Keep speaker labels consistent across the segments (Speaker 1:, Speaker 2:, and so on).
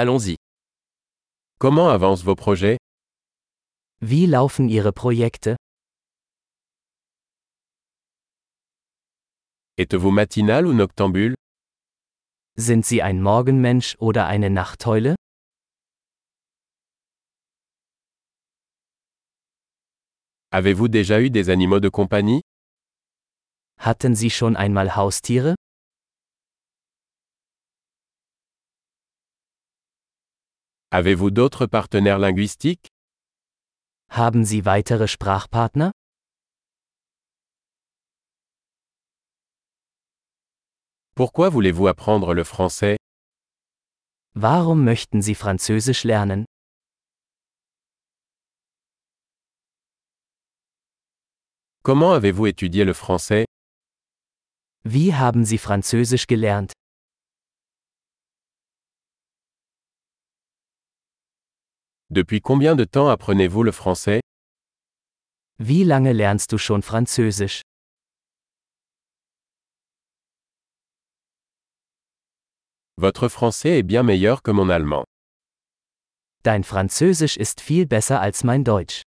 Speaker 1: Allons-y. Comment avancent vos projets
Speaker 2: Wie laufen Ihre Projekte?
Speaker 1: Êtes-vous matinal ou noctambule
Speaker 2: Sind Sie ein Morgenmensch oder eine Nachteule?
Speaker 1: Avez-vous déjà eu des animaux de compagnie
Speaker 2: Hatten Sie schon einmal Haustiere?
Speaker 1: Avez-vous d'autres partenaires linguistiques
Speaker 2: Haben Sie weitere Sprachpartner?
Speaker 1: Pourquoi voulez-vous apprendre le français
Speaker 2: Warum möchten Sie Französisch lernen?
Speaker 1: Comment avez-vous étudié le français
Speaker 2: Wie haben Sie Französisch gelernt?
Speaker 1: Depuis combien de temps apprenez-vous le français
Speaker 2: Wie lange lernst du schon Französisch?
Speaker 1: Votre français est bien meilleur que mon allemand.
Speaker 2: Dein Französisch ist viel besser als mein Deutsch.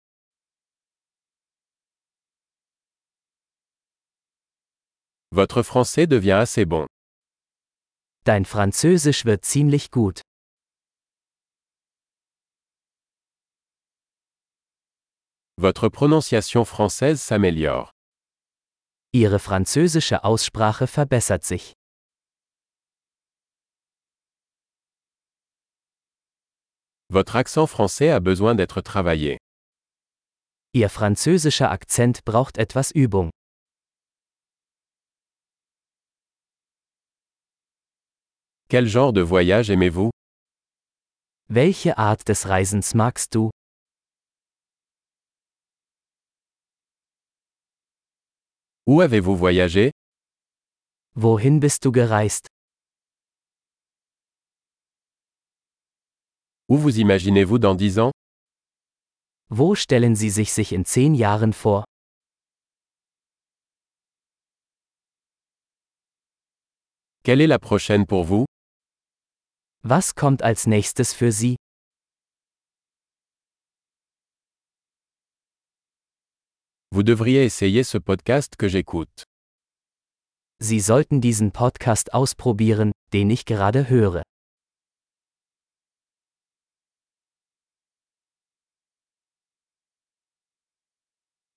Speaker 1: Votre français devient assez bon.
Speaker 2: Dein Französisch wird ziemlich gut.
Speaker 1: Votre prononciation française s'améliore.
Speaker 2: Ihre französische Aussprache verbessert sich.
Speaker 1: Votre accent français a besoin d'être travaillé.
Speaker 2: Ihr französischer Akzent braucht etwas Übung.
Speaker 1: Quel genre de voyage aimez-vous
Speaker 2: Welche Art des Reisens magst du?
Speaker 1: Où avez-vous voyagé
Speaker 2: Wohin bist du gereist?
Speaker 1: Où vous imaginez-vous dans 10 ans
Speaker 2: Wo stellen Sie sich sich in zehn Jahren vor?
Speaker 1: Quelle est la prochaine pour vous
Speaker 2: Was kommt als nächstes für Sie?
Speaker 1: Vous devriez essayer ce podcast que j'écoute.
Speaker 2: Sie sollten diesen Podcast ausprobieren, den ich gerade höre.